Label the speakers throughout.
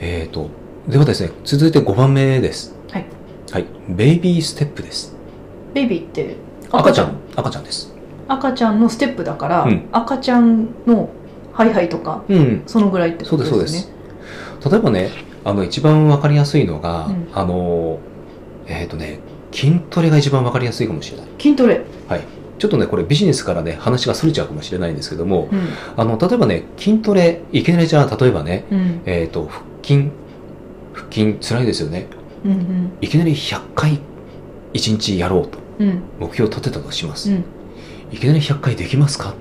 Speaker 1: えっ、と、ではですね、続いて5番目です。
Speaker 2: はい。
Speaker 1: はい。ベイビーステップです。
Speaker 2: ベイビーって
Speaker 1: 赤ちゃん、赤ちゃんです。
Speaker 2: 赤ちゃんのステップだから、
Speaker 1: うん
Speaker 2: 赤ちゃんのハイハイとか
Speaker 1: うん。
Speaker 2: そのぐらいって
Speaker 1: そ
Speaker 2: こ
Speaker 1: う
Speaker 2: と
Speaker 1: で、
Speaker 2: ですす
Speaker 1: そう
Speaker 2: ね
Speaker 1: です。例えばね、あの、一番わかりやすいのが、
Speaker 2: うん
Speaker 1: あの、えっ、とね、筋トレが一番わかりやすいかもしれない。
Speaker 2: 筋トレ、
Speaker 1: ちょっとね、これビジネスからね、話が逸れちゃうかもしれないんですけども、
Speaker 2: うん
Speaker 1: あの、例えばね、筋トレ、いきなりじゃあ、例えばね、
Speaker 2: うん
Speaker 1: えっ、と、腹筋、腹筋辛いですよね。
Speaker 2: うん
Speaker 1: いきなり100回1日やろうと
Speaker 2: うんうん
Speaker 1: 目標を立てたとします。
Speaker 2: うん
Speaker 1: いきなり100回できますか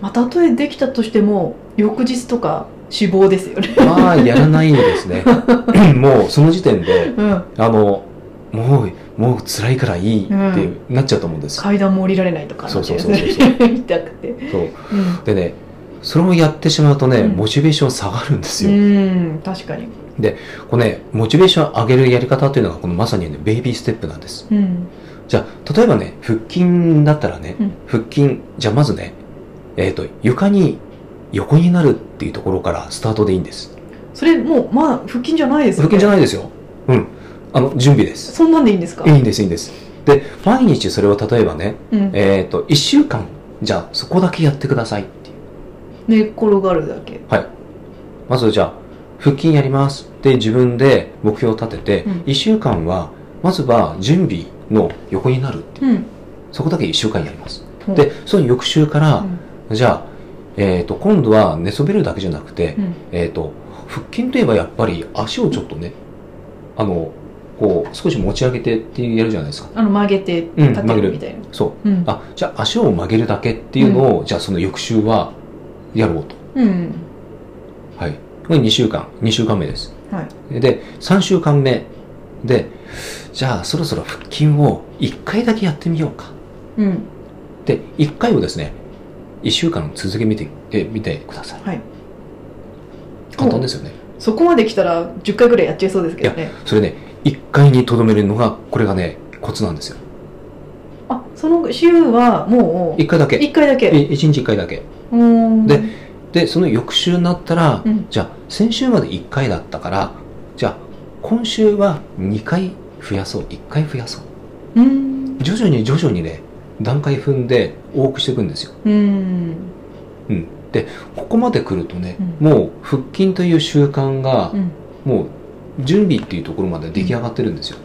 Speaker 2: まあたとえできたとしても翌日とか死亡ですよ ね
Speaker 1: まあ、やらないですね。 もう、その時点で、
Speaker 2: うん
Speaker 1: あの、もう、もう辛いからいいっていうなっちゃうと思うんです。
Speaker 2: 階段も降りられないとか
Speaker 1: そうそうそう
Speaker 2: な
Speaker 1: そ
Speaker 2: っ
Speaker 1: う
Speaker 2: ちゃいますね痛くて
Speaker 1: そう。
Speaker 2: うん
Speaker 1: でね、それをやってしまうとね、
Speaker 2: うん
Speaker 1: モチベーション下がるんですよ。
Speaker 2: うん確かに
Speaker 1: これね、モチベーション上げるやり方というのが、このまさにね、ベイビーステップなんです。
Speaker 2: うん
Speaker 1: じゃあ、例えばね、腹筋だったらね、
Speaker 2: うん
Speaker 1: 腹筋、じゃあまずね、えっ、と、床に横になるっていうところからスタートでいいんです。
Speaker 2: それもうまあ腹筋じゃないですよ
Speaker 1: 腹
Speaker 2: ね
Speaker 1: 筋じゃないですよ。うん。あの、準備です。
Speaker 2: そんなんでいいんですか
Speaker 1: いいんです、いいんです。で、毎日それを例えばね、
Speaker 2: うん、
Speaker 1: えっ、と、1週間、じゃあそこだけやってくださいっていう。
Speaker 2: 寝っ転がるだけ
Speaker 1: まずじゃあ、腹筋やりますって自分で目標を立てて、
Speaker 2: うん
Speaker 1: 1週間は、まずは準備の横になるっていう。
Speaker 2: うん
Speaker 1: そこだけ1週間やります。
Speaker 2: ほう
Speaker 1: で、その翌週か
Speaker 2: う
Speaker 1: ら、
Speaker 2: ん
Speaker 1: じゃあ、えっ、と、今度は寝そべるだけじゃなくて、
Speaker 2: うん
Speaker 1: えっ、と、腹筋といえばやっぱり足をちょっとね、あの、こう、少し持ち上げてってやるじゃないですか。
Speaker 2: あの曲げて
Speaker 1: うん
Speaker 2: 立てるみたいな、
Speaker 1: そう。
Speaker 2: うん
Speaker 1: あ、じゃあ足を曲げるだけっていうのを、じゃあその翌週はやろうと。
Speaker 2: うん
Speaker 1: はい。これ2週間、2週間目です。
Speaker 2: は
Speaker 1: で、3週間目で、じゃあそろそろ腹筋を1回だけやってみようか。
Speaker 2: うん
Speaker 1: で、1回をですね、1週間続け見て、え、見てください。
Speaker 2: はい
Speaker 1: 簡単ですよね。
Speaker 2: そこまで来たら10回ぐらいやっちゃいそうですけどね
Speaker 1: それね、1回にとどめるのが、これがね、コツなんですよ。
Speaker 2: あその週はもう
Speaker 1: 1回だけ。
Speaker 2: 1回だけ
Speaker 1: 1日1回だけ。
Speaker 2: うーん
Speaker 1: でで、その翌週になったら、
Speaker 2: うん
Speaker 1: じゃあ、先週まで1回だったから、じゃあ、今週は2回増やそう、1回増やそう。
Speaker 2: うーん
Speaker 1: 徐々に徐々にね、段階踏んで多くしていくんですよ。
Speaker 2: うーん
Speaker 1: うん。で、ここまで来るとね、
Speaker 2: うん
Speaker 1: もう腹筋という習慣が
Speaker 2: う、ん
Speaker 1: もう準備っていうところまで出来上がってるんですよ。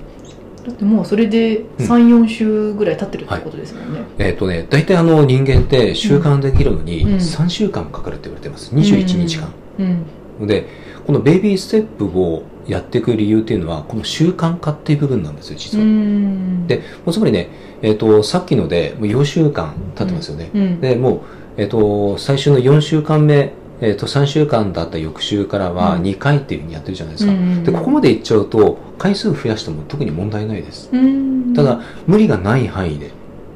Speaker 2: だってもうそれで34週ぐらい経ってるってことですもんね、
Speaker 1: えっ、とね、大体あの人間って習慣できるのに
Speaker 2: うん
Speaker 1: 3週間かかるって言われてます。21日間。
Speaker 2: うん
Speaker 1: で、このベイビーステップをやっていく理由っていうのは、この習慣化っていう部分なんですよ、
Speaker 2: う
Speaker 1: 実は。も
Speaker 2: ん
Speaker 1: でうつまりね、えっ、と、さっきので、もう4週間経ってますよね。
Speaker 2: うん
Speaker 1: で、もう、えっ、と、最初の4週間目、えっ、と、3週間だった翌週からは
Speaker 2: うん
Speaker 1: 2回っていうふうにやってるじゃないです
Speaker 2: う
Speaker 1: か。
Speaker 2: ん
Speaker 1: で、ここまでいっちゃうと、回数増やしても特に問題ないです。
Speaker 2: うん
Speaker 1: ただ、無理がない範囲で。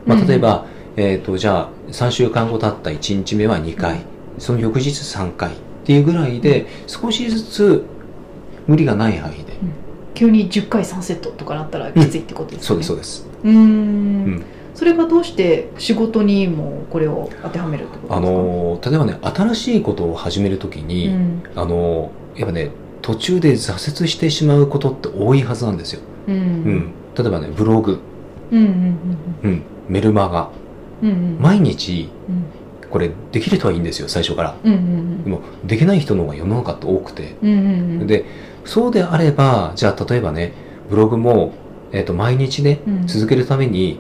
Speaker 1: ま
Speaker 2: う
Speaker 1: あ、
Speaker 2: ん
Speaker 1: 例えば、えっ、と、じゃあ、3週間後経った1日目は2回、その翌日3回っていうぐらいで、少しずつ無理がない範囲で。
Speaker 2: 急に10回3セットとかなったらきついってことです
Speaker 1: そうで
Speaker 2: よね
Speaker 1: す、そうです。
Speaker 2: うーん
Speaker 1: うん
Speaker 2: それがどうして仕事にもこれを当てはめるってことですか
Speaker 1: あのー、例えばね、新しいことを始めるときに、
Speaker 2: うん
Speaker 1: あのー、やっぱね、途中で挫折してしまうことって多いはずなんですよ。
Speaker 2: う
Speaker 1: うんん。例えばね、ブログ、
Speaker 2: うんうん
Speaker 1: うん、メルマガ。
Speaker 2: うんうんうん
Speaker 1: 毎日、
Speaker 2: うん
Speaker 1: これ、できる人はいいんですよ、最初から。
Speaker 2: うん
Speaker 1: でも、できない人の方が世の中って多くて。
Speaker 2: うんうんうんうん
Speaker 1: で、そうであれば、じゃあ例えばね、ブログも、えっ、と、毎日ね、
Speaker 2: うん
Speaker 1: 続けるために、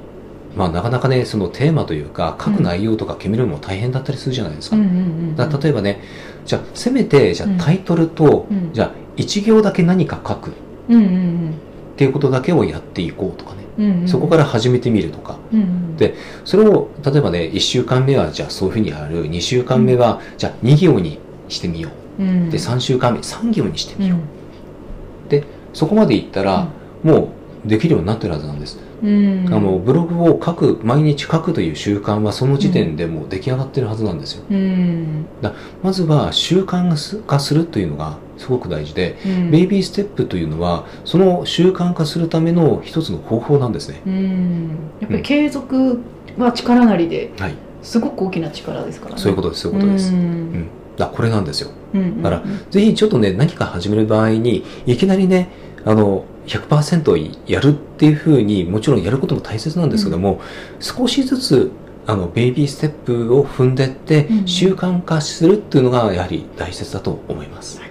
Speaker 1: まあ、なかなかね、そのテーマというか、書く内容とか決めるのも大変だったりするじゃないですか。
Speaker 2: うんうんうんうん
Speaker 1: だから例えばね、じゃあ、せめて、じゃあ
Speaker 2: うん
Speaker 1: タイトルと、
Speaker 2: うん
Speaker 1: じゃあ、一行だけ何か書くっ
Speaker 2: うんうん
Speaker 1: ていうことだけをやっていこうとかね、
Speaker 2: うんうんうん
Speaker 1: そこから始めてみるとか、
Speaker 2: うんうん
Speaker 1: でそれを、例えばね、1週間目は、じゃあそういうふうにやる、2週間目は、じゃあ2行にしてみよう。
Speaker 2: うん
Speaker 1: で、3週間目、3行にしてみよう。
Speaker 2: うん
Speaker 1: そこまでいったら、もうできるようになってるはずなんです、
Speaker 2: うん
Speaker 1: あのブログを書く毎日書くという習慣はその時点でもう出来上がってるはずなんですよ、
Speaker 2: うん
Speaker 1: まずは習慣化するというのがすごく大事で、
Speaker 2: うん
Speaker 1: ベイビーステップというのはその習慣化するための一つの方法なんですね
Speaker 2: うんやっぱり継続は力なりで
Speaker 1: はい
Speaker 2: すごく大きな力ですからね
Speaker 1: そういうことですそういうことです、
Speaker 2: うん
Speaker 1: あ、これなんですよ。
Speaker 2: うんうんうん
Speaker 1: だからぜひちょっとね、何か始める場合に、いきなりね、あの、100%やるっていうふうに、もちろんやることも大切なんですけども、少しずつ、あの、ベイビーステップを踏んでって
Speaker 2: う、ん
Speaker 1: 習慣化するっていうのが、やはり大切だと思います。